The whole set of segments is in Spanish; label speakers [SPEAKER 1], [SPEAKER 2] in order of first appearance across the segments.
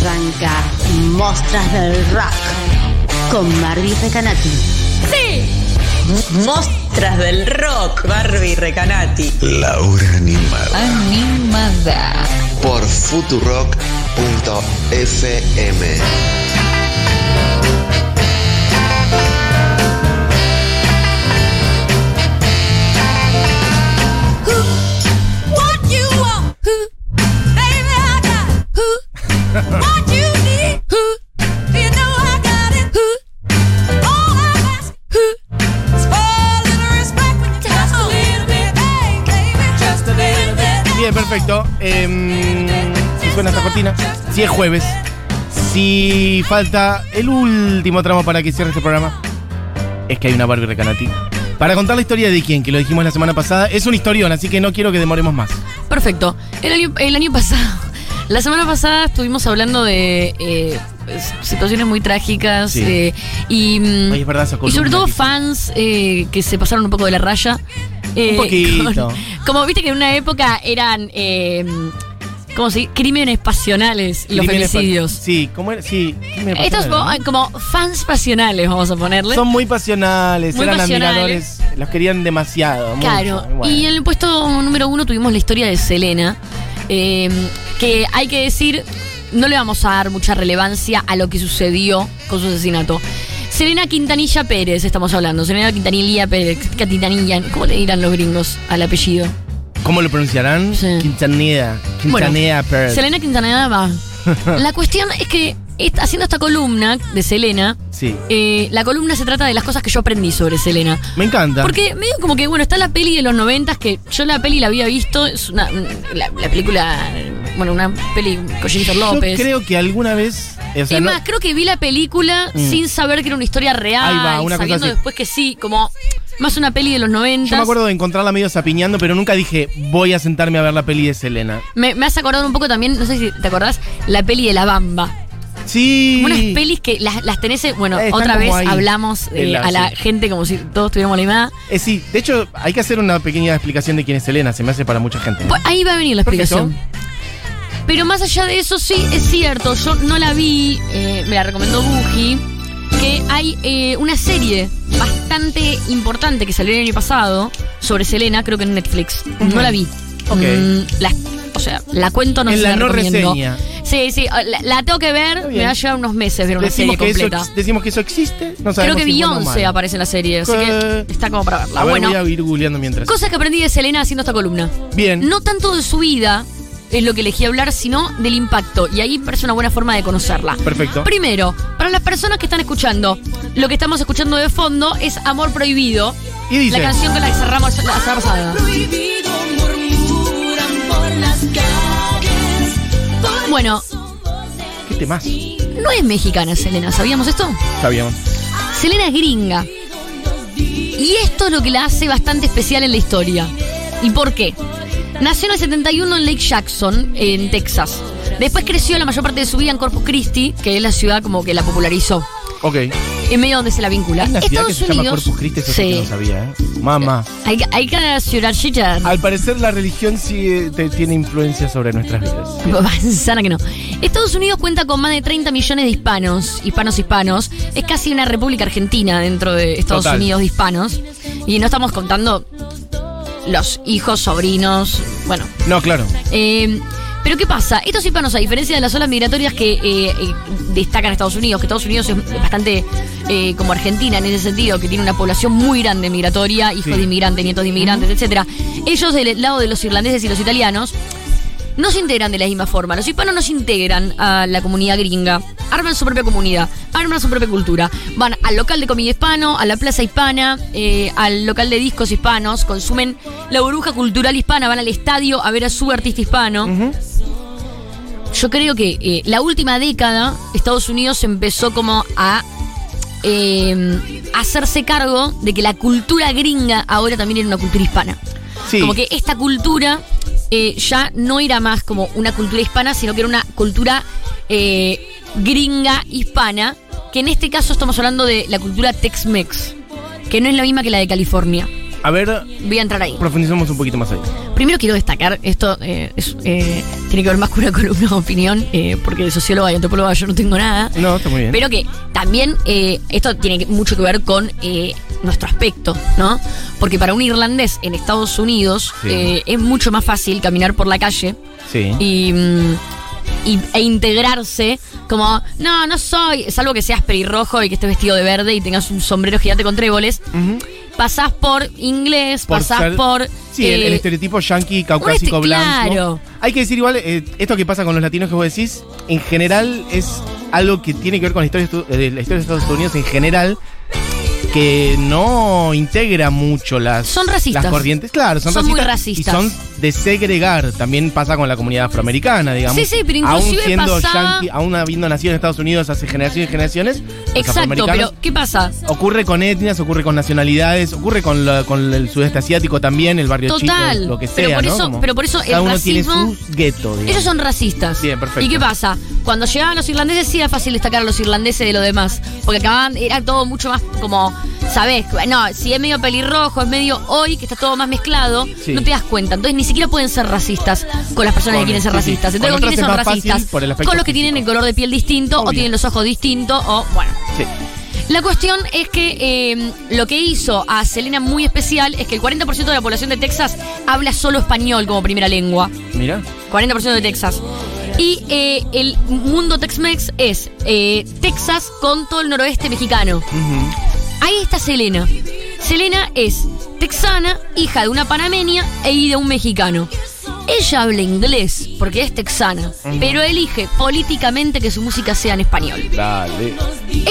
[SPEAKER 1] Blanca, Mostras del Rock, con Barbie Recanati.
[SPEAKER 2] Mostras del rock, Barbie Recanati.
[SPEAKER 3] La hora animada
[SPEAKER 4] Animada.
[SPEAKER 3] por futurock.fm.
[SPEAKER 5] What you want, who? Baby, I got who? What you need, who? You know I got it, who? All I'm asking, who? Is for a little respect when you just a little bit, hey, baby, just a little bit.
[SPEAKER 6] Bien, perfecto. Em, si suena esta cortina. Si es jueves. Si falta el último tramo para que cierre este programa. Es que hay una Barbie Recanati. Para contar la historia de quién, que lo dijimos la semana pasada, es un historión, así que no quiero que demoremos más.
[SPEAKER 7] Perfecto. El año, el año pasado, la semana pasada estuvimos hablando de eh, situaciones muy trágicas
[SPEAKER 6] Sí.
[SPEAKER 7] eh, y, mm,
[SPEAKER 6] Ay, es verdad, esa
[SPEAKER 7] y sobre
[SPEAKER 6] columna
[SPEAKER 7] todo
[SPEAKER 6] que hizo.
[SPEAKER 7] fans eh, que se pasaron un poco de la raya. eh,
[SPEAKER 6] Un poquito.
[SPEAKER 7] con- como viste que en una época eran, eh, ¿cómo se dice? Crímenes pasionales los
[SPEAKER 6] Crímenes pa-
[SPEAKER 7] femicidios.
[SPEAKER 6] Sí, ¿cómo era? Sí. crímenes
[SPEAKER 7] Estos
[SPEAKER 6] pasionales,
[SPEAKER 7] como, como fans pasionales, vamos a
[SPEAKER 6] ¿no?
[SPEAKER 7] ponerle.
[SPEAKER 6] Son muy pasionales,
[SPEAKER 7] Muy
[SPEAKER 6] eran
[SPEAKER 7] pasionales.
[SPEAKER 6] admiradores, los querían demasiado. mucho,
[SPEAKER 7] Claro,
[SPEAKER 6] bueno.
[SPEAKER 7] y en el puesto número uno tuvimos la historia de Selena, eh, que hay que decir, no le vamos a dar mucha relevancia a lo que sucedió con su asesinato. Selena Quintanilla Pérez, estamos hablando. Selena Quintanilla Pérez, Quintanilla, ¿cómo le dirán los gringos al apellido?
[SPEAKER 6] ¿Cómo lo pronunciarán?
[SPEAKER 7] Sí.
[SPEAKER 6] Quintanilla. Quintanilla Pérez.
[SPEAKER 7] Selena Quintanilla va. La cuestión es que est- haciendo esta columna de Selena,
[SPEAKER 6] Sí.
[SPEAKER 7] eh, la columna se trata de las cosas que yo aprendí sobre Selena.
[SPEAKER 6] Me encanta.
[SPEAKER 7] Porque medio como que, bueno, está la peli de los noventas, que yo la peli la había visto, es una, la, la película, bueno, una peli con Jennifer López.
[SPEAKER 6] Yo creo que alguna vez. O sea,
[SPEAKER 7] es
[SPEAKER 6] no-
[SPEAKER 7] más, creo que vi la película
[SPEAKER 6] Mm.
[SPEAKER 7] sin saber que era una historia real,
[SPEAKER 6] Ahí va, una cosa
[SPEAKER 7] sabiendo
[SPEAKER 6] así.
[SPEAKER 7] después que sí, como más una peli de los noventas.
[SPEAKER 6] yo me acuerdo de encontrarla medio zapiñando, pero nunca dije, voy a sentarme a ver la peli de Selena.
[SPEAKER 7] Me, me has acordado un poco también, no sé si te acordás, la peli de La Bamba.
[SPEAKER 6] Sí.
[SPEAKER 7] Unas pelis que las, las tenés, eh, bueno,
[SPEAKER 6] Eh, están
[SPEAKER 7] otra
[SPEAKER 6] como
[SPEAKER 7] vez
[SPEAKER 6] ahí,
[SPEAKER 7] hablamos eh,
[SPEAKER 6] en la-
[SPEAKER 7] a la
[SPEAKER 6] sí.
[SPEAKER 7] gente como si todos tuviéramos la misma edad.
[SPEAKER 6] Eh, sí, de hecho, hay que hacer una pequeña explicación de quién es Selena, se me hace para mucha gente.
[SPEAKER 7] Pues ahí va a venir la
[SPEAKER 6] Perfecto.
[SPEAKER 7] explicación. Pero más allá de eso, sí, es cierto, yo no la vi, eh, me la recomendó Buji, que hay eh, una serie bastante importante que salió el año pasado sobre Selena, creo que en Netflix. No la vi.
[SPEAKER 6] Ok.
[SPEAKER 7] la- o sea, la cuento, no
[SPEAKER 6] En
[SPEAKER 7] se
[SPEAKER 6] la
[SPEAKER 7] la
[SPEAKER 6] no
[SPEAKER 7] recomiendo.
[SPEAKER 6] reseña.
[SPEAKER 7] Sí, sí, la, la tengo que ver,
[SPEAKER 6] Está bien.
[SPEAKER 7] me va a llevar unos meses ver una
[SPEAKER 6] decimos,
[SPEAKER 7] serie
[SPEAKER 6] que eso,
[SPEAKER 7] completa.
[SPEAKER 6] ex- decimos que eso existe, no
[SPEAKER 7] Creo
[SPEAKER 6] sabemos
[SPEAKER 7] que
[SPEAKER 6] si es bueno o
[SPEAKER 7] Beyoncé
[SPEAKER 6] malo.
[SPEAKER 7] aparece en la serie, así
[SPEAKER 6] Eh.
[SPEAKER 7] que está como para verla.
[SPEAKER 6] A ver,
[SPEAKER 7] bueno,
[SPEAKER 6] voy a ir googleando mientras.
[SPEAKER 7] cosas que aprendí de Selena haciendo esta columna.
[SPEAKER 6] Bien.
[SPEAKER 7] No tanto de su vida es lo que elegí hablar, sino del impacto. Y ahí me parece una buena forma de conocerla.
[SPEAKER 6] Perfecto.
[SPEAKER 7] Primero, para las personas que están escuchando, lo que estamos escuchando de fondo es Amor Prohibido,
[SPEAKER 6] Y dice.
[SPEAKER 7] la canción con la que cerramos la semana pasada.
[SPEAKER 5] Prohibido murmuran por las calles. por
[SPEAKER 7] Bueno,
[SPEAKER 6] ¿Qué temas?
[SPEAKER 7] no es mexicana Selena, ¿sabíamos esto?
[SPEAKER 6] Sabíamos.
[SPEAKER 7] Selena es gringa. Y esto es lo que la hace bastante especial en la historia. ¿Y por qué? Nació en el 71 en Lake Jackson, en Texas. Después creció la mayor parte de su vida en Corpus Christi, que es la ciudad como que la popularizó.
[SPEAKER 6] Ok.
[SPEAKER 7] En medio donde se la vincula.
[SPEAKER 6] Hay una ciudad que
[SPEAKER 7] Estados
[SPEAKER 6] se llama
[SPEAKER 7] Unidos.
[SPEAKER 6] Corpus Christi, eso sí. que
[SPEAKER 7] sí.
[SPEAKER 6] no sabía, ¿eh? Mamá.
[SPEAKER 7] Hay, hay cada ciudadcita.
[SPEAKER 6] Al parecer la religión sí eh, te- tiene influencia sobre nuestras vidas.
[SPEAKER 7] Sana que no. Estados Unidos cuenta con más de 30 millones de hispanos, hispanos hispanos. Es casi una república argentina dentro de Estados
[SPEAKER 6] Total.
[SPEAKER 7] Unidos de hispanos. Y no estamos contando los hijos, sobrinos, bueno.
[SPEAKER 6] No, claro.
[SPEAKER 7] Eh, pero ¿qué pasa? Estos hispanos, a diferencia de las olas migratorias que eh, eh, destacan a Estados Unidos, que Estados Unidos es bastante eh, como Argentina en ese sentido, que tiene una población muy grande migratoria, hijos
[SPEAKER 6] Sí.
[SPEAKER 7] de inmigrantes, nietos de inmigrantes, etcétera. Ellos del lado de los irlandeses y los italianos no se integran de la misma forma. Los hispanos no se integran a la comunidad gringa. Arman su propia comunidad, arman su propia cultura. Van al local de comida hispano, a la plaza hispana, eh, al local de discos hispanos, consumen la burbuja cultural hispana, van al estadio a ver a su artista hispano. Yo creo que eh, la última década Estados Unidos empezó como a eh, hacerse cargo de que la cultura gringa ahora también era una cultura hispana.
[SPEAKER 6] Sí.
[SPEAKER 7] Como que esta cultura eh, ya no era más como una cultura hispana, sino que era una cultura eh, gringa hispana, que en este caso estamos hablando de la cultura Tex-Mex, que no es la misma que la de California.
[SPEAKER 6] A ver,
[SPEAKER 7] Voy a entrar ahí.
[SPEAKER 6] profundicemos un poquito más ahí.
[SPEAKER 7] Primero quiero destacar, esto eh, es, eh, tiene que ver más con una columna de opinión, eh, porque de socióloga y antropóloga yo no tengo nada.
[SPEAKER 6] No, está muy bien.
[SPEAKER 7] Pero que también eh, esto tiene que- mucho que ver con eh, nuestro aspecto, ¿no? Porque para un irlandés en Estados Unidos
[SPEAKER 6] Sí.
[SPEAKER 7] eh, es mucho más fácil caminar por la calle
[SPEAKER 6] sí.
[SPEAKER 7] y, mm, y- e integrarse como, no, no soy, salvo que seas pelirrojo y que estés vestido de verde y tengas un sombrero gigante con tréboles,
[SPEAKER 6] Ujú.
[SPEAKER 7] pasás por inglés,
[SPEAKER 6] Por
[SPEAKER 7] pasás
[SPEAKER 6] ser-
[SPEAKER 7] por...
[SPEAKER 6] Sí, este el, el
[SPEAKER 7] eh,
[SPEAKER 6] estereotipo yankee, caucásico,
[SPEAKER 7] este-
[SPEAKER 6] blanco.
[SPEAKER 7] claro.
[SPEAKER 6] Hay que decir igual, eh, esto que pasa con los latinos que vos decís, en general es algo que tiene que ver con la historia, estu- eh, la historia de Estados Unidos en general, que no integra mucho las,
[SPEAKER 7] Son racistas.
[SPEAKER 6] las corrientes. Claro, son,
[SPEAKER 7] Son muy racistas.
[SPEAKER 6] Y son de segregar. También pasa con la comunidad afroamericana, digamos.
[SPEAKER 7] Sí, sí, pero
[SPEAKER 6] Aún
[SPEAKER 7] inclusive
[SPEAKER 6] siendo
[SPEAKER 7] pasaba-
[SPEAKER 6] yankee, aún habiendo nacido en Estados Unidos hace generaciones y generaciones. los
[SPEAKER 7] Exacto,
[SPEAKER 6] afroamericanos
[SPEAKER 7] pero ¿qué pasa?
[SPEAKER 6] Ocurre con etnias, ocurre con nacionalidades, ocurre con, la- con el sudeste asiático también, el barrio
[SPEAKER 7] Total,
[SPEAKER 6] chino, lo que sea,
[SPEAKER 7] pero por
[SPEAKER 6] ¿no?
[SPEAKER 7] eso-
[SPEAKER 6] Como
[SPEAKER 7] pero por eso el
[SPEAKER 6] cada uno
[SPEAKER 7] racismo-
[SPEAKER 6] tiene sus guetos, digamos.
[SPEAKER 7] Ellos son racistas.
[SPEAKER 6] Bien, perfecto.
[SPEAKER 7] ¿Y qué pasa? Cuando llegaban los irlandeses sí era fácil destacar a los irlandeses de lo demás. Porque acababan, era todo mucho más como, ¿sabés? No, si es medio pelirrojo, es medio hoy, que está todo más mezclado,
[SPEAKER 6] Sí.
[SPEAKER 7] no te das cuenta. Entonces ni siquiera pueden ser racistas con las personas
[SPEAKER 6] Con-
[SPEAKER 7] que quieren ser
[SPEAKER 6] sí, sí.
[SPEAKER 7] racistas. Entonces,
[SPEAKER 6] Con
[SPEAKER 7] ¿con quiénes
[SPEAKER 6] otros
[SPEAKER 7] son
[SPEAKER 6] es más fácil
[SPEAKER 7] racistas?
[SPEAKER 6] por el aspecto
[SPEAKER 7] Con los que tienen el
[SPEAKER 6] físico.
[SPEAKER 7] color de piel distinto, o
[SPEAKER 6] Obvio.
[SPEAKER 7] tienen los ojos distintos, o bueno.
[SPEAKER 6] Sí.
[SPEAKER 7] La cuestión es que eh, lo que hizo a Selena muy especial es que el 40% de la población de Texas habla solo español como primera lengua.
[SPEAKER 6] Mira.
[SPEAKER 7] 40% de Texas. Y eh, el mundo Tex-Mex es eh, Texas con todo el noroeste mexicano. Ahí está Selena. Selena es texana, hija de una panameña e y de un mexicano. Ella habla inglés porque es texana, pero elige políticamente que su música sea en español.
[SPEAKER 6] Dale.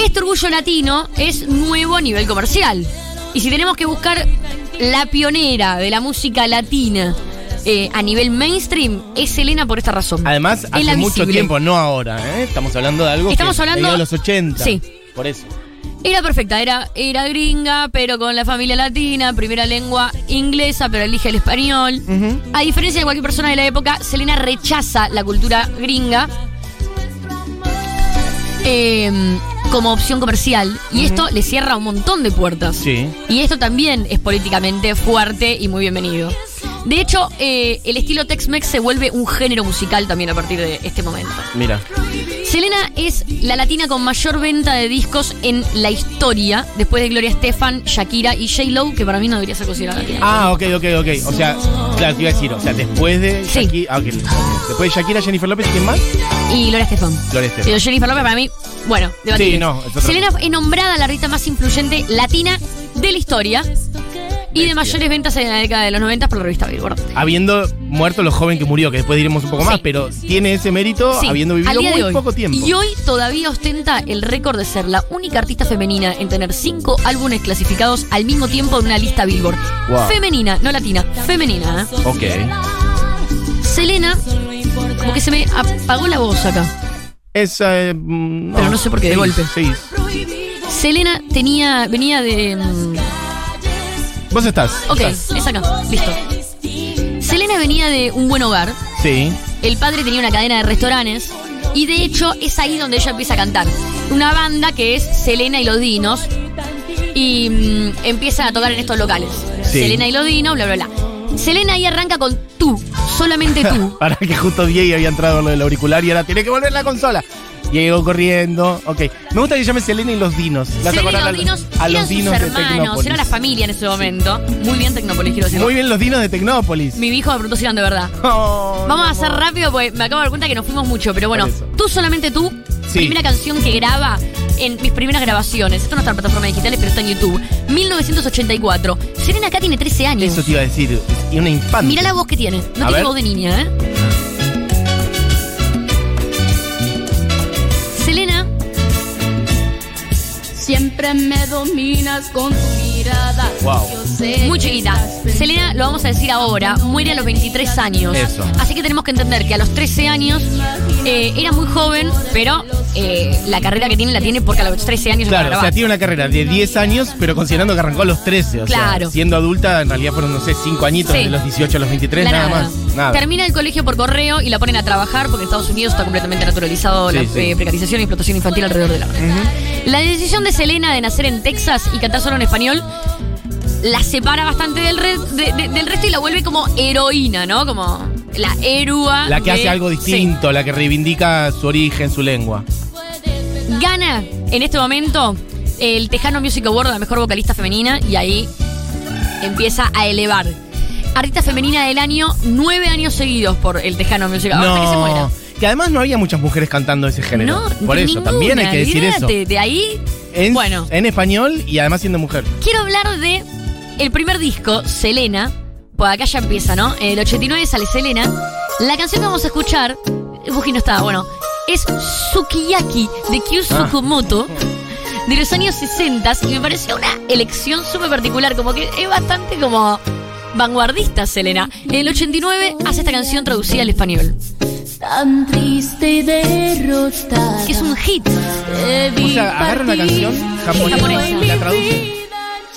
[SPEAKER 7] Este orgullo latino es nuevo a nivel comercial. Y si tenemos que buscar la pionera de la música latina eh, a nivel mainstream, es Elena por esta razón.
[SPEAKER 6] Además,
[SPEAKER 7] Es la
[SPEAKER 6] hace mucho
[SPEAKER 7] visible.
[SPEAKER 6] tiempo, no ahora, ¿eh? Estamos hablando de algo
[SPEAKER 7] Estamos
[SPEAKER 6] que
[SPEAKER 7] hablando-
[SPEAKER 6] venía de los 80.
[SPEAKER 7] Sí.
[SPEAKER 6] Por eso.
[SPEAKER 7] Era perfecta, era, era gringa, pero con la familia latina, primera lengua inglesa, pero elige el español. A diferencia de cualquier persona de la época, Selena rechaza la cultura gringa eh, como opción comercial. Y esto le cierra un montón de puertas.
[SPEAKER 6] Sí.
[SPEAKER 7] Y esto también es políticamente fuerte y muy bienvenido. De hecho, eh, el estilo Tex-Mex se vuelve un género musical también a partir de este momento.
[SPEAKER 6] Mira.
[SPEAKER 7] Selena es la latina con mayor venta de discos en la historia, después de Gloria Estefan, Shakira y J-Lo, que para mí no debería ser considerada latina.
[SPEAKER 6] Ah, ok, ok, ok. O sea, claro, te iba a decir, o sea, después de
[SPEAKER 7] Sí.
[SPEAKER 6] Shakira. ah, ok. Después de Shakira, Jennifer López, ¿quién más?
[SPEAKER 7] Y Gloria Estefan.
[SPEAKER 6] Gloria Estefan.
[SPEAKER 7] Pero Jennifer López para mí, bueno, debatible.
[SPEAKER 6] Sí, no, es otro.
[SPEAKER 7] Selena es nombrada la artista más influyente latina de la historia y de mayores ventas en la década de los 90 por la revista Billboard.
[SPEAKER 6] Habiendo muerto lo joven que murió, que después diremos un poco más,
[SPEAKER 7] Sí.
[SPEAKER 6] pero tiene ese mérito
[SPEAKER 7] Sí,
[SPEAKER 6] habiendo
[SPEAKER 7] al
[SPEAKER 6] vivido
[SPEAKER 7] día de
[SPEAKER 6] muy
[SPEAKER 7] hoy.
[SPEAKER 6] poco tiempo.
[SPEAKER 7] Y hoy todavía ostenta el récord de ser la única artista femenina en tener cinco álbumes clasificados al mismo tiempo en una lista Billboard.
[SPEAKER 6] Wow.
[SPEAKER 7] Femenina, no latina, femenina. ¿eh?
[SPEAKER 6] Ok.
[SPEAKER 7] Selena, como que se me apagó la voz acá.
[SPEAKER 6] Es. eh, mm,
[SPEAKER 7] Pero no sé por qué, de
[SPEAKER 6] Sí,
[SPEAKER 7] golpe.
[SPEAKER 6] Sí.
[SPEAKER 7] Selena tenía, venía de... mm,
[SPEAKER 6] Vos estás.
[SPEAKER 7] Ok,
[SPEAKER 6] estás.
[SPEAKER 7] es acá, listo. Selena venía de un buen hogar,
[SPEAKER 6] Sí.
[SPEAKER 7] El padre tenía una cadena de restaurantes y de hecho es ahí donde ella empieza a cantar. Una banda que es Selena y los Dinos y mm, empiezan a tocar en estos locales.
[SPEAKER 6] Sí.
[SPEAKER 7] Selena y los Dinos, bla, bla, bla. Selena ahí arranca con tú, solamente tú.
[SPEAKER 6] Para que justo Diego había entrado lo del auricular y ahora tiene que volver la consola. Diego corriendo. Ok. Me gusta que llame Selena y los dinos. Me hace
[SPEAKER 7] Selena y
[SPEAKER 6] acordar
[SPEAKER 7] los Dinos eran sus
[SPEAKER 6] de
[SPEAKER 7] hermanos,
[SPEAKER 6] Tecnópolis.
[SPEAKER 7] era la familia en ese momento. Muy bien Tecnópolis, quiero decir.
[SPEAKER 6] Muy bien, los dinos de Tecnópolis.
[SPEAKER 7] Mi hijo me preguntó si eran de verdad.
[SPEAKER 6] Oh,
[SPEAKER 7] Vamos
[SPEAKER 6] mi
[SPEAKER 7] a hacer
[SPEAKER 6] amor.
[SPEAKER 7] rápido porque me acabo de dar cuenta que nos fuimos mucho, pero bueno,
[SPEAKER 6] Por eso.
[SPEAKER 7] tú solamente tú,
[SPEAKER 6] Sí.
[SPEAKER 7] primera canción que graba en mis primeras grabaciones. Esto no está en plataformas digitales, pero está en YouTube. 1984. Serena acá tiene 13 años.
[SPEAKER 6] Eso te iba a decir. Y una infancia.
[SPEAKER 7] Mirá la voz que tiene. No
[SPEAKER 6] A
[SPEAKER 7] tiene
[SPEAKER 6] ver.
[SPEAKER 7] voz de niña, ¿eh? Selena,
[SPEAKER 4] Siempre me dominas con tu mirada.
[SPEAKER 6] Wow.
[SPEAKER 4] Yo sé
[SPEAKER 7] muy
[SPEAKER 4] que
[SPEAKER 7] chiquita.
[SPEAKER 4] estás pensando
[SPEAKER 7] Selena, lo vamos a decir ahora, muere a los 23 años.
[SPEAKER 6] Eso.
[SPEAKER 7] Así que tenemos que entender que a los 13 años eh, era muy joven, pero eh, la carrera que tiene la tiene porque a los 13 años
[SPEAKER 6] Claro, o sea,
[SPEAKER 7] ya grababa.
[SPEAKER 6] tiene una carrera de 10 años, pero considerando que arrancó a los 13. O
[SPEAKER 7] Claro.
[SPEAKER 6] sea, siendo adulta, en realidad fueron, no sé, 5 añitos,
[SPEAKER 7] Sí.
[SPEAKER 6] de los 18 a los 23,
[SPEAKER 7] La
[SPEAKER 6] nada,
[SPEAKER 7] nada.
[SPEAKER 6] más. Nada.
[SPEAKER 7] Termina el colegio por correo y la ponen a trabajar porque en Estados Unidos está completamente naturalizado
[SPEAKER 6] Sí,
[SPEAKER 7] la
[SPEAKER 6] sí.
[SPEAKER 7] eh, precarización y explotación infantil alrededor de la hora. La decisión de Selena de nacer en Texas y cantar solo en español la separa bastante del, re- de- de- del resto y la vuelve como heroína, ¿no? Como la héroa.
[SPEAKER 6] La que
[SPEAKER 7] de-
[SPEAKER 6] hace algo
[SPEAKER 7] Ah, Sí.
[SPEAKER 6] distinto, la que reivindica su origen, su lengua.
[SPEAKER 7] Gana en este momento el Tejano Music Award a la mejor vocalista femenina y ahí empieza a elevar. Artista femenina del año, nueve años seguidos por el Tejano Music Award. hasta que se muera.
[SPEAKER 6] No, que además no había muchas mujeres cantando ese género.
[SPEAKER 7] No,
[SPEAKER 6] Por
[SPEAKER 7] de
[SPEAKER 6] eso,
[SPEAKER 7] ninguna,
[SPEAKER 6] también hay que decir eso.
[SPEAKER 7] olvídate, De ahí,
[SPEAKER 6] En,
[SPEAKER 7] bueno,
[SPEAKER 6] en español y además siendo mujer.
[SPEAKER 7] quiero hablar de el primer disco, Selena. Pues acá ya empieza, ¿no? El 89 sale Selena. La canción que vamos a escuchar, Buji no está, bueno, es Sukiyaki de Kyu
[SPEAKER 6] Ah.
[SPEAKER 7] Tsukumoto. De los años 60 y me pareció una elección súper particular, como que es bastante como vanguardista Selena. En el 89 hace esta canción traducida al español,
[SPEAKER 4] Tan triste y derrotada.
[SPEAKER 7] que es un hit.
[SPEAKER 6] O sea, agarra una canción japonesa
[SPEAKER 7] Japonesa.
[SPEAKER 6] y la traduce.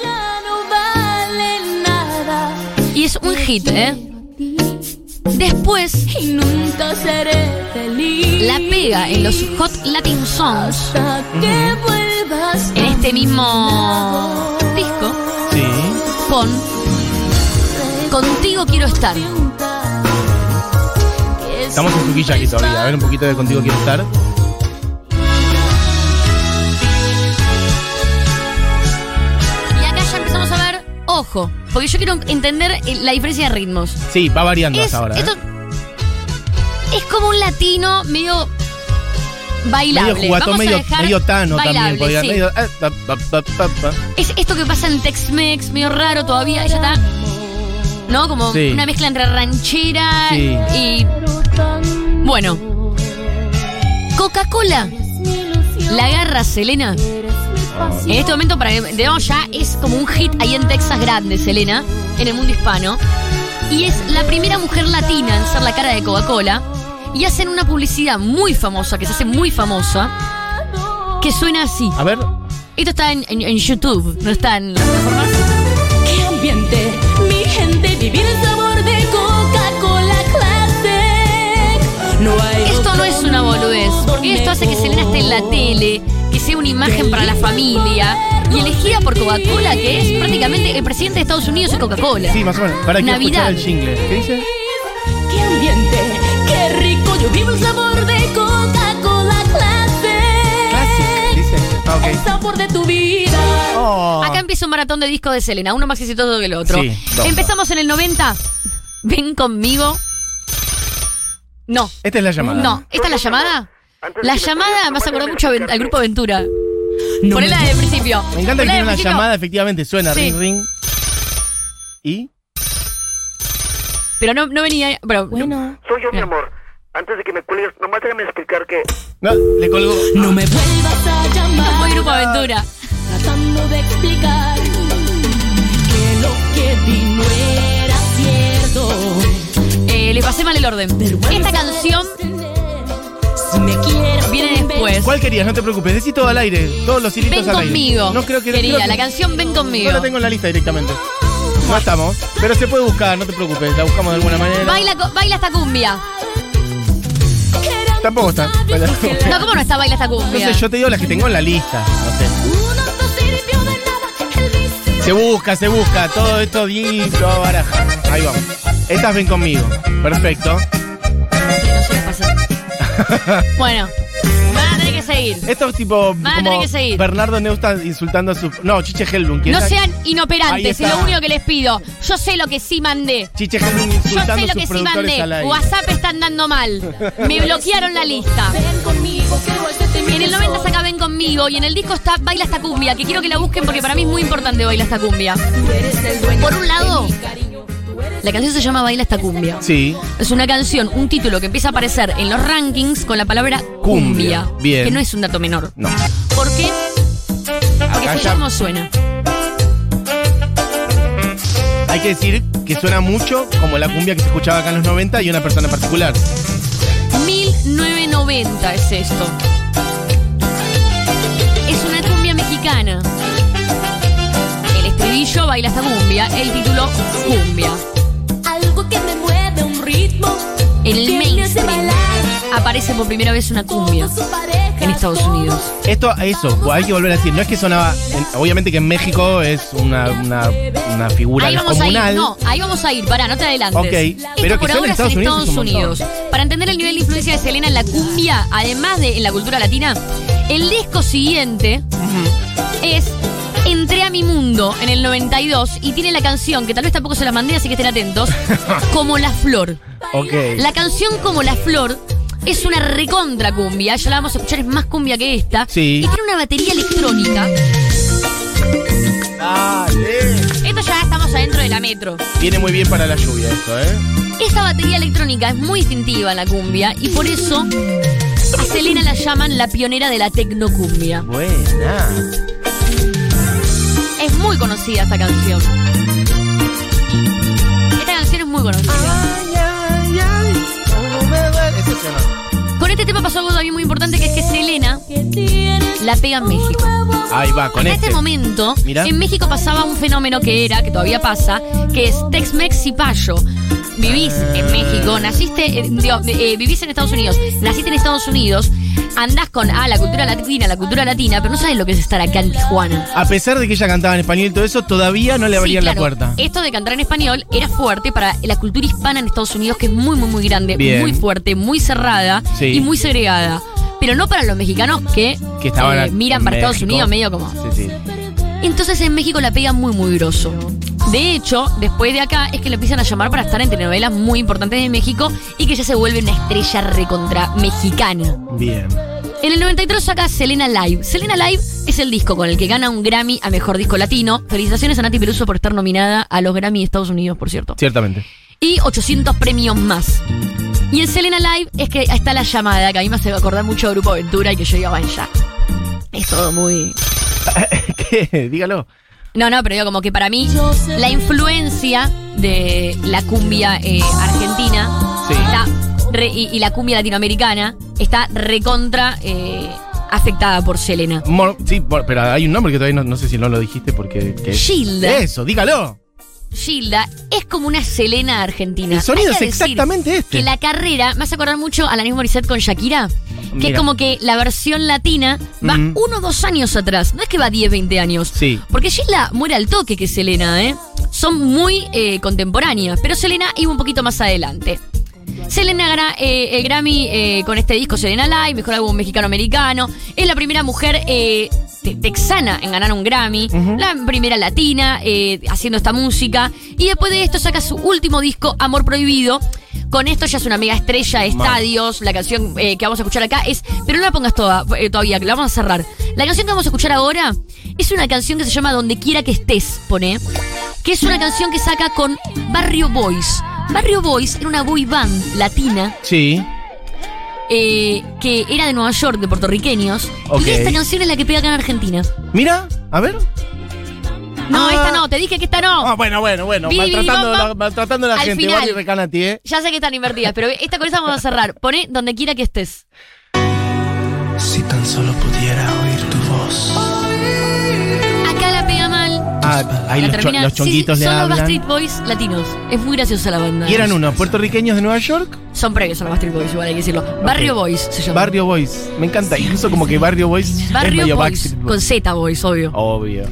[SPEAKER 4] Ya no vale nada.
[SPEAKER 7] Y es un hit, ¿eh? Después
[SPEAKER 4] Y nunca seré feliz.
[SPEAKER 7] la pega en los Hot Latin Songs,
[SPEAKER 4] Hasta que vuelvas.
[SPEAKER 7] en este mismo disco,
[SPEAKER 6] Sí.
[SPEAKER 7] con Contigo quiero estar.
[SPEAKER 6] Estamos en Sukiyaki todavía. A ver un poquito de contigo quiero estar.
[SPEAKER 7] Y acá ya empezamos a ver, ojo, porque yo quiero entender eh, la diferencia de ritmos.
[SPEAKER 6] Sí, va variando
[SPEAKER 7] Es,
[SPEAKER 6] hasta ahora. ¿eh?
[SPEAKER 7] esto- es como un latino medio bailable.
[SPEAKER 6] Medio jugatón,
[SPEAKER 7] Vamos a
[SPEAKER 6] medio,
[SPEAKER 7] dejar
[SPEAKER 6] medio tano también.
[SPEAKER 7] bailable,
[SPEAKER 6] podría-
[SPEAKER 7] sí.
[SPEAKER 6] medio- ah, pa, pa, pa, pa, pa.
[SPEAKER 7] Es esto que pasa en Tex-Mex, medio raro todavía, ella está. ¿No? Como
[SPEAKER 6] Sí.
[SPEAKER 7] una mezcla entre ranchera
[SPEAKER 6] Sí.
[SPEAKER 7] y. Bueno. Coca-Cola. La agarra Selena. En este momento, para que digamos, ya es como un hit ahí en Texas grande, Selena, en el mundo hispano. Y es la primera mujer latina en ser la cara de Coca-Cola. Y hacen una publicidad muy famosa, que se hace muy famosa, que suena así.
[SPEAKER 6] A ver.
[SPEAKER 7] Esto está en, en- en YouTube, no está en...
[SPEAKER 4] ¡Qué ambiente! Mi gente, vivir el sabor de Coca-Cola Classic. No hay
[SPEAKER 7] Esto no
[SPEAKER 4] otro
[SPEAKER 7] es una boludez,
[SPEAKER 4] mundo
[SPEAKER 7] porque esto hace que Selena esté en la
[SPEAKER 4] mejor.
[SPEAKER 7] tele, que sea una imagen para la familia, y elegida por Coca-Cola, que es prácticamente el presidente de Estados Unidos es Coca-Cola.
[SPEAKER 6] Sí, más o menos. Para que escuchar
[SPEAKER 7] Navidad.
[SPEAKER 6] el jingle. ¿Qué dice?
[SPEAKER 4] ¡Qué ambiente! ¡Qué rico! Yo vivo el sabor de Coca-Cola
[SPEAKER 6] Classic.
[SPEAKER 4] Classic.
[SPEAKER 6] Dice. Ah,
[SPEAKER 4] El
[SPEAKER 6] ok.
[SPEAKER 4] sabor de tu vida.
[SPEAKER 6] Oh.
[SPEAKER 7] Acá empieza un maratón de discos de Selena, uno más exitoso que el otro.
[SPEAKER 6] Sí, dos.
[SPEAKER 7] Empezamos en el 90. Ven conmigo. No,
[SPEAKER 6] Esta es la llamada.
[SPEAKER 7] no. ¿Esta es la llamada? La llamada me hace acordar mucho a Ven- al grupo Aventura. Ponela desde el principio.
[SPEAKER 6] Me encanta que
[SPEAKER 7] Ponela
[SPEAKER 6] tiene una
[SPEAKER 7] desde el
[SPEAKER 6] llamada, efectivamente. Suena.
[SPEAKER 7] Sí.
[SPEAKER 6] Ring, ring. Y.
[SPEAKER 7] principio, Pero no, no venía... Bueno,
[SPEAKER 4] Bueno.
[SPEAKER 8] Soy yo, mi amor. Antes de que me cuelgues, nomás déjame explicar que
[SPEAKER 6] No, le colgó.
[SPEAKER 4] No me vuelvas a llamar.
[SPEAKER 7] muy grupo Aventura.
[SPEAKER 4] Tratando de explicar que lo que vi no era cierto.
[SPEAKER 7] Eh, les pasé mal el orden. Esta canción
[SPEAKER 4] Si me quieres
[SPEAKER 7] viene después.
[SPEAKER 6] ¿Cuál querías? No te preocupes. Decí todo al aire. Todos los hilitos
[SPEAKER 7] Ven
[SPEAKER 6] al aire.
[SPEAKER 7] conmigo.
[SPEAKER 6] No creo que
[SPEAKER 7] Querida,
[SPEAKER 6] creo que-
[SPEAKER 7] la canción Ven conmigo.
[SPEAKER 6] No la tengo en la lista directamente. No estamos. Pero se puede buscar, no te preocupes. La buscamos de alguna manera.
[SPEAKER 7] Baila, co- baila esta cumbia.
[SPEAKER 6] Tampoco está. Baila.
[SPEAKER 7] No, ¿cómo no está baila esta
[SPEAKER 6] No
[SPEAKER 7] cumbia?
[SPEAKER 6] sé, yo te digo las que tengo en la lista. No sé. Se busca, se busca. Todo esto lindo, baraja. Ahí vamos. Estas ven conmigo. Perfecto.
[SPEAKER 7] Sí, no se las pasé. bueno, van a tener que seguir.
[SPEAKER 6] Esto es tipo
[SPEAKER 7] a tener
[SPEAKER 6] como
[SPEAKER 7] que seguir.
[SPEAKER 6] Bernardo Neustadt insultando a su... No, Chiche Helblum. ¿quién
[SPEAKER 7] No
[SPEAKER 6] era?
[SPEAKER 7] sean
[SPEAKER 6] Ahí
[SPEAKER 7] inoperantes,
[SPEAKER 6] está.
[SPEAKER 7] es lo único que les pido. Yo sé lo que sí mandé.
[SPEAKER 6] Chiche Helblum
[SPEAKER 7] Yo
[SPEAKER 6] insultando
[SPEAKER 7] sé
[SPEAKER 6] a
[SPEAKER 7] lo
[SPEAKER 6] sus
[SPEAKER 7] que sí
[SPEAKER 6] productores al
[SPEAKER 7] mandé.
[SPEAKER 6] aire.
[SPEAKER 7] WhatsApp están dando mal. Me bloquearon la lista.
[SPEAKER 4] ven conmigo, que vuelve te
[SPEAKER 7] En el 90 saca Ven conmigo y en el disco está Baila esta cumbia, que quiero que la busquen porque para mí es muy importante Baila esta cumbia. Por un lado, la canción se llama Baila esta cumbia.
[SPEAKER 6] Sí.
[SPEAKER 7] Es una canción, un título que empieza a aparecer en los rankings con la palabra
[SPEAKER 6] Cumbia.
[SPEAKER 7] cumbia.
[SPEAKER 6] Bien.
[SPEAKER 7] Que no es un dato menor.
[SPEAKER 6] No.
[SPEAKER 7] ¿Por qué? Porque
[SPEAKER 6] Acá
[SPEAKER 7] escuchá
[SPEAKER 6] ya-
[SPEAKER 7] cómo suena.
[SPEAKER 6] Hay que decir que suena mucho como la cumbia que se escuchaba acá en los 90 y una persona en particular.
[SPEAKER 7] 1990 es esto. Es una cumbia mexicana. El estribillo baila esta cumbia, el título cumbia.
[SPEAKER 4] Algo que me mueve un ritmo.
[SPEAKER 7] En el
[SPEAKER 4] que me hace
[SPEAKER 7] mainstream.
[SPEAKER 4] bailar.
[SPEAKER 7] aparece por primera vez una cumbia en Estados Unidos.
[SPEAKER 6] Esto, eso, hay que volver a decir. No es que sonaba. en- obviamente que en México es una, una, una figura
[SPEAKER 7] Ahí vamos a
[SPEAKER 6] comunal.
[SPEAKER 7] ir, no, ahí vamos a ir, pará, no te adelantes.
[SPEAKER 6] Ok,
[SPEAKER 7] Esto
[SPEAKER 6] pero que
[SPEAKER 7] por
[SPEAKER 6] sea en
[SPEAKER 7] ahora
[SPEAKER 6] Estados
[SPEAKER 7] es en
[SPEAKER 6] Unidos
[SPEAKER 7] Estados
[SPEAKER 6] es un montón.
[SPEAKER 7] Unidos. Para entender el nivel de influencia de Selena en la cumbia, además de en la cultura latina, el disco siguiente es Entré a mi mundo en el 92 y tiene la canción, que tal vez tampoco se la mandé, así que estén atentos, Como la flor.
[SPEAKER 6] Ok.
[SPEAKER 7] La canción Como la Flor es una recontra cumbia, ya la vamos a escuchar, es más cumbia que esta.
[SPEAKER 6] Sí.
[SPEAKER 7] Y tiene una batería electrónica. Esto ya estamos adentro de la metro.
[SPEAKER 6] Viene muy bien para la lluvia esto, ¿eh?
[SPEAKER 7] Esa batería electrónica es muy distintiva en la cumbia y por eso a Selena la llaman la pionera de la tecnocumbia.
[SPEAKER 6] Buena.
[SPEAKER 7] Es muy conocida esta canción. Esta canción es muy conocida. Con este tema pasó algo también muy importante que es que Selena la pega en México.
[SPEAKER 6] Ahí va, con
[SPEAKER 7] Hasta
[SPEAKER 6] este.
[SPEAKER 7] este momento,
[SPEAKER 6] Mirá.
[SPEAKER 7] en México pasaba un fenómeno que era, que todavía pasa, que es Tex-Mex y Payo. Vivís
[SPEAKER 6] Ah.
[SPEAKER 7] en México, naciste, eh, digo, eh, vivís en Estados Unidos, naciste en Estados Unidos, andás con, ah, la cultura latina, la cultura latina, pero no sabes lo que es estar acá en Tijuana.
[SPEAKER 6] A pesar de que ella cantaba en español y todo eso, todavía no le
[SPEAKER 7] Sí,
[SPEAKER 6] abrían
[SPEAKER 7] claro,
[SPEAKER 6] la puerta.
[SPEAKER 7] Esto de cantar en español era fuerte para la cultura hispana en Estados Unidos, que es muy, muy, muy grande,
[SPEAKER 6] Bien.
[SPEAKER 7] muy fuerte, muy cerrada
[SPEAKER 6] Sí.
[SPEAKER 7] y muy segregada. Pero no para los mexicanos que,
[SPEAKER 6] Que estaban
[SPEAKER 7] eh,
[SPEAKER 6] a-
[SPEAKER 7] miran
[SPEAKER 6] en
[SPEAKER 7] para Estados
[SPEAKER 6] México.
[SPEAKER 7] Unidos medio como...
[SPEAKER 6] Sí, sí.
[SPEAKER 7] Entonces en México la pega muy, muy grosso. De hecho, después de acá es que la empiezan a llamar para estar en telenovelas muy importantes de México y que ya se vuelve una estrella recontra mexicana.
[SPEAKER 6] Bien.
[SPEAKER 7] En el 93 saca Selena Live. Selena Live es el disco con el que gana un Grammy a Mejor Disco Latino. Felicitaciones a Nati Peluso por estar nominada a los Grammy de Estados Unidos, por cierto.
[SPEAKER 6] Ciertamente.
[SPEAKER 7] Y 800 premios más. Y en Selena Live es que está la llamada, que a mí me hace acordar mucho a Grupo Aventura y que yo digo, bueno, ya. Es todo muy...
[SPEAKER 6] ¿Qué? Dígalo.
[SPEAKER 7] No, no, pero digo, como que para mí la influencia de la cumbia eh, argentina
[SPEAKER 6] Sí.
[SPEAKER 7] está re- y, y la cumbia latinoamericana está recontra eh, afectada por Selena.
[SPEAKER 6] Mor- sí, por- pero hay un nombre que todavía no, no sé si no lo dijiste porque. que-
[SPEAKER 7] Gilda.
[SPEAKER 6] Eso, dígalo.
[SPEAKER 7] Gilda es como una Selena argentina.
[SPEAKER 6] El sonido
[SPEAKER 7] Hay que
[SPEAKER 6] es
[SPEAKER 7] decir
[SPEAKER 6] exactamente este.
[SPEAKER 7] Que la carrera, me hace acordar mucho a la misma Morissette con Shakira, que es
[SPEAKER 6] Mira.
[SPEAKER 7] como que la versión latina va
[SPEAKER 6] Mm.
[SPEAKER 7] uno o dos años atrás, no es que va 10, 20 años.
[SPEAKER 6] Sí.
[SPEAKER 7] Porque Gilda muere al toque que Selena, ¿eh? Son muy eh, contemporáneas, pero Selena iba un poquito más adelante. Selena gana eh, el Grammy eh, con este disco Selena Live, mejor álbum mexicano-americano. Es la primera mujer eh, te- texana en ganar un Grammy, la primera latina eh, haciendo esta música. Y después de esto saca su último disco, Amor Prohibido. Con esto ya es una mega estrella, estadios. La canción eh, que vamos a escuchar acá es. Pero no la pongas toda, eh, todavía, que la vamos a cerrar. La canción que vamos a escuchar ahora es una canción que se llama Donde quiera que estés, pone que es una canción que saca con Barrio Boys. Barrio Boys era una boy band latina
[SPEAKER 6] Sí.
[SPEAKER 7] eh, que era de Nueva York, de puertorriqueños.
[SPEAKER 6] Ok.
[SPEAKER 7] Y esta canción es la que pega acá en Argentina.
[SPEAKER 6] Mira, a ver.
[SPEAKER 7] No,
[SPEAKER 6] Ah.
[SPEAKER 7] esta no, te dije que esta
[SPEAKER 6] Ah,
[SPEAKER 7] no.
[SPEAKER 6] bueno, bueno, bueno.
[SPEAKER 7] Billy
[SPEAKER 6] maltratando,
[SPEAKER 7] Bomba.
[SPEAKER 6] la, maltratando a la
[SPEAKER 7] Al
[SPEAKER 6] gente.
[SPEAKER 7] final.
[SPEAKER 6] Barry Recanati, ¿eh?
[SPEAKER 7] Ya sé que están invertidas, pero esta con esta vamos a cerrar. Pone donde quiera que estés.
[SPEAKER 9] Si tan solo pudiera oír tu voz.
[SPEAKER 7] Acá la pega mal.
[SPEAKER 6] Ah, ahí
[SPEAKER 7] la
[SPEAKER 6] los, cho-
[SPEAKER 7] termina-
[SPEAKER 6] los chonguitos
[SPEAKER 7] sí,
[SPEAKER 6] le
[SPEAKER 7] son los Backstreet
[SPEAKER 6] hablan.
[SPEAKER 7] Boys latinos. Es muy graciosa la banda.
[SPEAKER 6] Y eran unos puertorriqueños de Nueva York,
[SPEAKER 7] Son previos a los Backstreet Boys, igual hay que decirlo. Barrio Boys se llama.
[SPEAKER 6] Barrio Boys. Me encanta. Incluso como que Barrio Boys es
[SPEAKER 7] Barrio
[SPEAKER 6] medio
[SPEAKER 7] Boys.
[SPEAKER 6] Backstreet
[SPEAKER 7] Con
[SPEAKER 6] Boys.
[SPEAKER 7] Z Boys, obvio.
[SPEAKER 6] Obvio.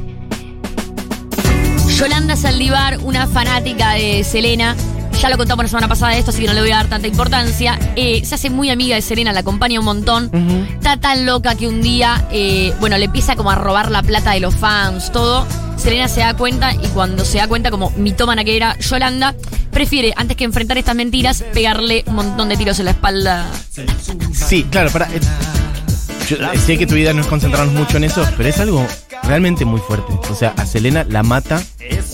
[SPEAKER 7] Yolanda Saldívar, una fanática de Selena. Ya lo contamos la semana pasada esto, así que no le voy a dar tanta importancia. Eh, se hace muy amiga de Selena, la acompaña un montón. Está tan loca que un día, eh, bueno, le empieza como a robar la plata de los fans, todo. Selena se da cuenta y cuando se da cuenta, como mitómana que era Yolanda, prefiere, antes que enfrentar estas mentiras, pegarle un montón de tiros en la espalda.
[SPEAKER 6] Sí, claro, para. eh, Yo eh, sé que tu vida no es concentrarnos mucho en eso, pero es algo realmente muy fuerte. O sea, a Selena la mata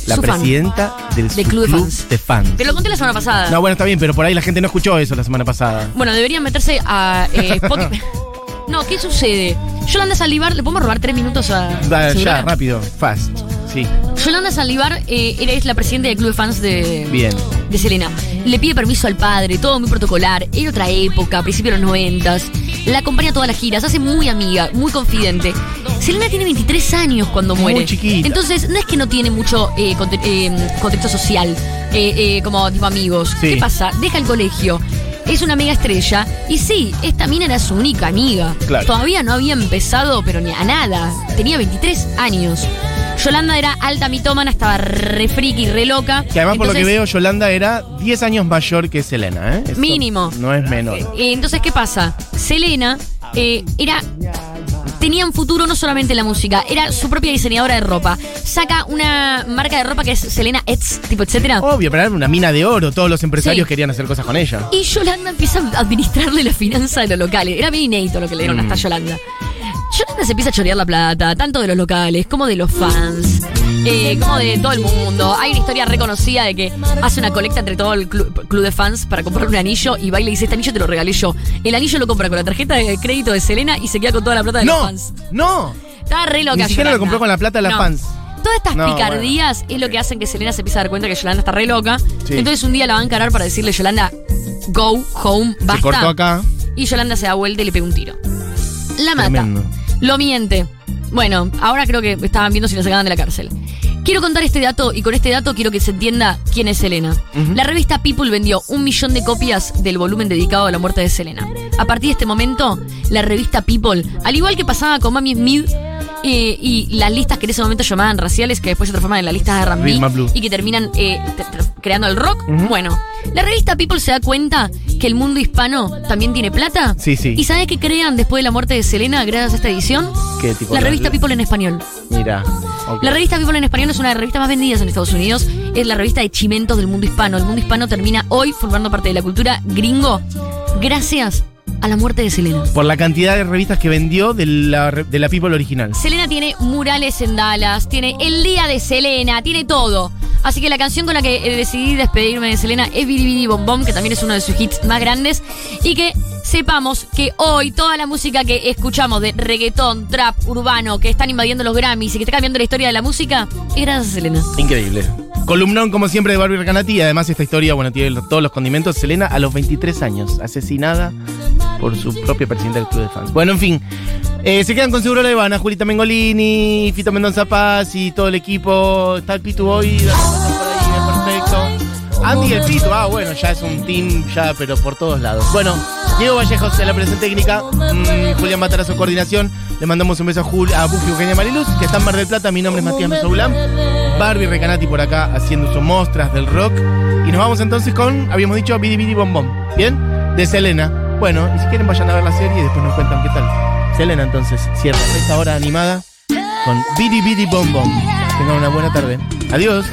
[SPEAKER 6] la
[SPEAKER 7] Su fan.
[SPEAKER 6] presidenta del
[SPEAKER 7] Del
[SPEAKER 6] su
[SPEAKER 7] club
[SPEAKER 6] club,
[SPEAKER 7] de fans.
[SPEAKER 6] de fans.
[SPEAKER 7] Te lo conté la semana pasada.
[SPEAKER 6] No, bueno, está bien, pero por ahí la gente no escuchó eso la semana pasada.
[SPEAKER 7] Bueno, deberían meterse a eh, Spotify. No, ¿qué sucede? Yolanda Saldívar, ¿le podemos robar tres minutos a.
[SPEAKER 6] Da, Ah, ya,
[SPEAKER 7] Segura?
[SPEAKER 6] rápido, fast. Sí,
[SPEAKER 7] Yolanda Saldívar eh, era- es la presidenta del club de fans de,
[SPEAKER 6] bien.
[SPEAKER 7] de Selena. Le pide permiso al padre, todo muy protocolar. Era otra época, a principios de los noventas. La acompaña a todas las giras, se hace muy amiga, muy confidente. Selena tiene 23 años cuando muere.
[SPEAKER 6] chiquita.
[SPEAKER 7] Entonces, no es que no tiene mucho eh, conte- eh, contexto social, eh, eh, como tipo amigos.
[SPEAKER 6] Sí.
[SPEAKER 7] ¿Qué pasa? Deja el colegio. es una mega estrella. Y sí, esta mina era su única amiga.
[SPEAKER 6] Claro.
[SPEAKER 7] Todavía no había empezado, pero ni a nada. Tenía 23 años. Yolanda era alta mitómana, estaba re friki, re loca.
[SPEAKER 6] Que además, por lo que
[SPEAKER 7] Entonces,
[SPEAKER 6] veo, Yolanda era 10 años mayor que Selena, ¿eh? Eso
[SPEAKER 7] Mínimo.
[SPEAKER 6] No es menor.
[SPEAKER 7] Eh, entonces, ¿qué pasa? Selena eh, era. Tenía un futuro no solamente en la música, era su propia diseñadora de ropa. Saca una marca de ropa que es Selena Etz, tipo, etcétera.
[SPEAKER 6] Obvio, pero era una mina de oro. Todos los empresarios
[SPEAKER 7] Sí.
[SPEAKER 6] querían hacer cosas con ella.
[SPEAKER 7] Y Yolanda empieza a administrarle la finanza de los locales. Era bien inédito lo que le dieron hasta Yolanda. Yolanda se empieza a chorear la plata, tanto de los locales como de los fans, eh, como de todo el mundo. Hay una historia reconocida de que hace una colecta entre todo el clu- club de fans para comprar un anillo y va y le dice, este anillo te lo regalé yo. El anillo lo compra con la tarjeta de crédito de Selena y se queda con toda la plata de los
[SPEAKER 6] ¡No!
[SPEAKER 7] fans.
[SPEAKER 6] ¡No!
[SPEAKER 7] Estaba re loca
[SPEAKER 6] Ni siquiera
[SPEAKER 7] Yolanda.
[SPEAKER 6] lo compró con la plata de las
[SPEAKER 7] No.
[SPEAKER 6] fans.
[SPEAKER 7] Todas estas
[SPEAKER 6] No,
[SPEAKER 7] picardías es lo que hacen que Selena se empiece a dar cuenta que Yolanda está re loca.
[SPEAKER 6] Sí.
[SPEAKER 7] Entonces un día la van a encarar para decirle, Yolanda, go home, basta.
[SPEAKER 6] Se cortó acá.
[SPEAKER 7] Y Yolanda se da vuelta y le pega un tiro. La mata.
[SPEAKER 6] Tremendo.
[SPEAKER 7] Lo miente. Bueno, ahora creo que estaban viendo si lo sacaban de la cárcel. Quiero contar este dato y con este dato quiero que se entienda quién es Selena. La revista People vendió un millón de copias del volumen dedicado a la muerte de Selena. A partir de este momento, la revista People, al igual que pasaba con Mami Smith eh, y las listas que en ese momento llamaban raciales, que después se transforman en las listas de
[SPEAKER 6] Rhythm and
[SPEAKER 7] R&B
[SPEAKER 6] Blues.
[SPEAKER 7] y que terminan eh, te- te- creando el rock. Bueno, la revista People se da cuenta que el mundo hispano también tiene plata.
[SPEAKER 6] Sí, sí.
[SPEAKER 7] ¿Y sabes qué crean después de la muerte de Selena gracias a esta edición?
[SPEAKER 6] ¿Qué tipo
[SPEAKER 7] La
[SPEAKER 6] de-
[SPEAKER 7] revista People en español.
[SPEAKER 6] Mira. ok.
[SPEAKER 7] La revista People en español es una de las revistas más vendidas en Estados Unidos. Es la revista de chimentos del mundo hispano. El mundo hispano termina hoy formando parte de la cultura gringo gracias a la muerte de Selena.
[SPEAKER 6] Por la cantidad de revistas que vendió de la, re- de la People original.
[SPEAKER 7] Selena tiene murales en Dallas, tiene el día de Selena, tiene todo. Así que la canción con la que eh, decidí despedirme de Selena es Bidi Bidi Bom Bom, que también es uno de sus hits más grandes. Y que sepamos que hoy toda la música que escuchamos de reggaetón, trap, urbano, que están invadiendo los Grammys y que está cambiando la historia de la música, es gracias a Selena.
[SPEAKER 6] Increíble. Columnón, como siempre, de Barbie Recanati. Y además, esta historia, bueno, tiene los- todos los condimentos. Selena, a los 23 años, asesinada por su propio presidente del club de fans. Bueno, en fin. eh, se quedan con Seguro La Ivana, Julita Mengolini, Fito Mendoza Paz y todo el equipo. Está el Pitu hoy. Dani Mendoza por ahí, Perfecto. Andy y el Pitu. Ah, bueno, ya es un team, ya, pero por todos lados. Bueno, Diego Vallejos en la presentación técnica. mm, Julián Matarazo, coordinación. Le mandamos un beso a, Jul, a Buffy Eugenia Mariluz, que está en Mar del Plata. Mi nombre es Matías Mesoulam. Barbie Recanati por acá haciendo sus mostras del rock. Y nos vamos entonces con, habíamos dicho, Bidi Bidi Bom Bom, ¿bien? De Selena. Bueno, y si quieren vayan a ver la serie y después nos cuentan qué tal. Selena entonces cierra esta hora animada con Bidi Bidi Bom Bom. Tengan una buena tarde. Adiós.